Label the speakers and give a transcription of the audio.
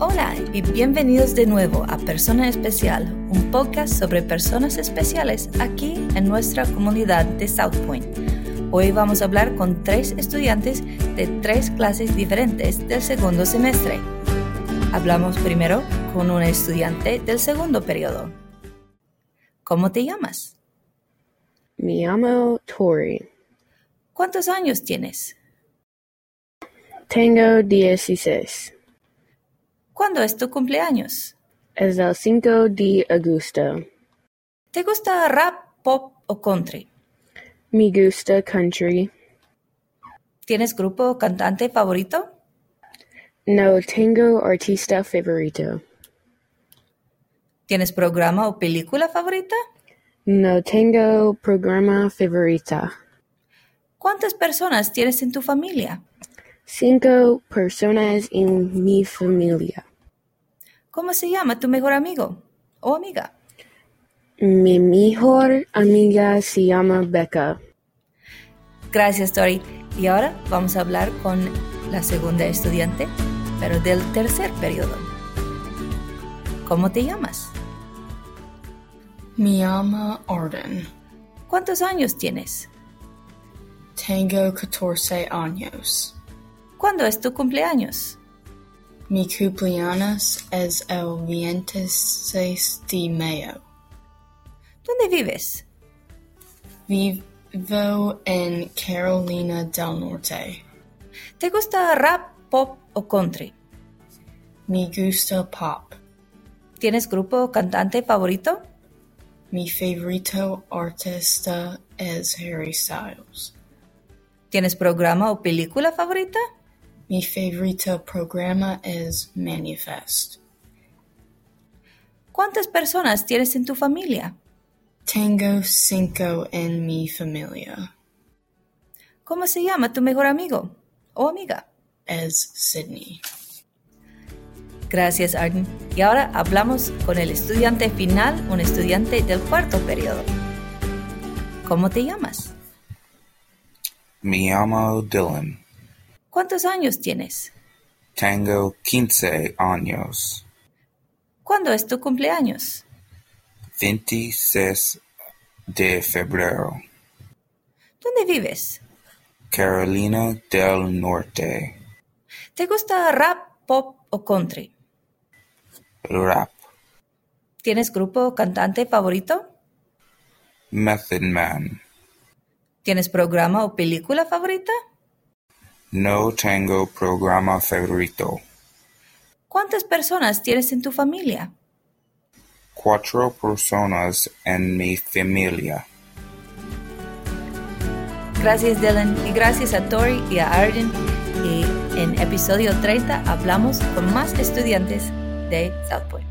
Speaker 1: Hola y bienvenidos de nuevo a Persona Especial, un podcast sobre personas especiales aquí en nuestra comunidad de South Point. Hoy vamos a hablar con tres estudiantes de tres clases diferentes del segundo semestre. Hablamos primero con un estudiante del segundo periodo. ¿Cómo te llamas?
Speaker 2: Me llamo Tori.
Speaker 1: ¿Cuántos años tienes?
Speaker 2: Tengo 16.
Speaker 1: ¿Cuándo es tu cumpleaños?
Speaker 2: Es el 5 de agosto.
Speaker 1: ¿Te gusta rap, pop o country?
Speaker 2: Me gusta country.
Speaker 1: ¿Tienes grupo o cantante favorito?
Speaker 2: No tengo artista favorito.
Speaker 1: ¿Tienes programa o película favorita?
Speaker 2: No tengo programa favorita.
Speaker 1: ¿Cuántas personas tienes en tu familia?
Speaker 2: Cinco personas en mi familia.
Speaker 1: ¿Cómo se llama tu mejor amigo o amiga?
Speaker 2: Mi mejor amiga se llama Becca.
Speaker 1: Gracias, Tori. Y ahora vamos a hablar con la segunda estudiante, pero del tercer periodo. ¿Cómo te llamas?
Speaker 3: Me llamo Arden.
Speaker 1: ¿Cuántos años tienes?
Speaker 3: Tengo 14 años.
Speaker 1: ¿Cuándo es tu cumpleaños?
Speaker 3: Mi cumpleaños es el 26 de mayo.
Speaker 1: ¿Dónde vives?
Speaker 3: Vivo en Carolina del Norte.
Speaker 1: ¿Te gusta rap, pop o country?
Speaker 3: Me gusta pop.
Speaker 1: ¿Tienes grupo o cantante favorito?
Speaker 3: Mi favorito artista es Harry Styles.
Speaker 1: ¿Tienes programa o película favorita?
Speaker 3: Mi favorito programa es Manifest.
Speaker 1: ¿Cuántas personas tienes en tu familia?
Speaker 3: Tengo cinco en mi familia.
Speaker 1: ¿Cómo se llama tu mejor amigo o amiga?
Speaker 3: Es Sydney.
Speaker 1: Gracias, Arden. Y ahora hablamos con el estudiante final, un estudiante del cuarto periodo. ¿Cómo te llamas?
Speaker 4: Me llamo Dylan.
Speaker 1: ¿Cuántos años tienes?
Speaker 4: Tengo 15 años.
Speaker 1: ¿Cuándo es tu cumpleaños?
Speaker 4: 26 de febrero.
Speaker 1: ¿Dónde vives?
Speaker 4: Carolina del Norte.
Speaker 1: ¿Te gusta rap, pop o country?
Speaker 4: Rap.
Speaker 1: ¿Tienes grupo o cantante favorito?
Speaker 4: Method Man.
Speaker 1: ¿Tienes programa o película favorita?
Speaker 4: No tengo programa favorito.
Speaker 1: ¿Cuántas personas tienes en tu familia?
Speaker 4: Cuatro personas en mi familia.
Speaker 1: Gracias Dylan y gracias a Tori y a Arden. Y en episodio 30 hablamos con más estudiantes de South Point.